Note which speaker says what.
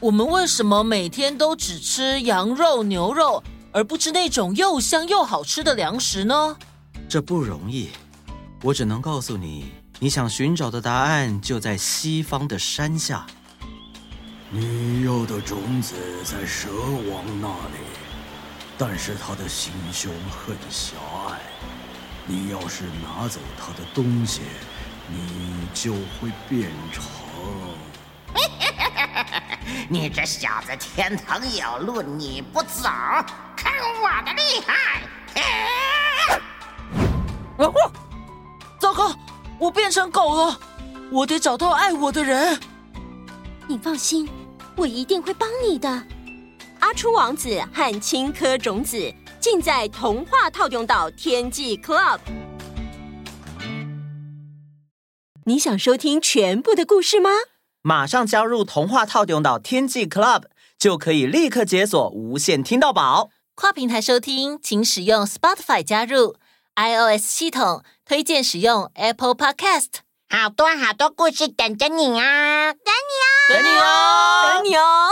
Speaker 1: 我们为什么每天都只吃羊肉、牛肉，而不吃那种又香又好吃的粮食呢？
Speaker 2: 这不容易，我只能告诉你，你想寻找的答案就在西方的山下。
Speaker 3: 你要的种子在蛇王那里，但是他的心胸很狭隘。你要是拿走他的东西，你就会变成……
Speaker 4: 你这小子，天堂有路你不走，看我的厉害！
Speaker 1: 哦哦，糟糕，我变成狗了，我得找到爱我的人。
Speaker 5: 你放心，我一定会帮你的。阿初王子和青稞种子尽在童话套用到天际 Club。你想收听全部的故事吗？
Speaker 2: 马上加入童话套用岛天际 Club，就可以立刻解锁无限听到宝。
Speaker 1: 跨平台收听，请使用 Spotify 加入 iOS 系统，推荐使用 Apple Podcast。
Speaker 4: 好多好多故事等着你啊！
Speaker 1: 等你哦，
Speaker 5: 等你哦。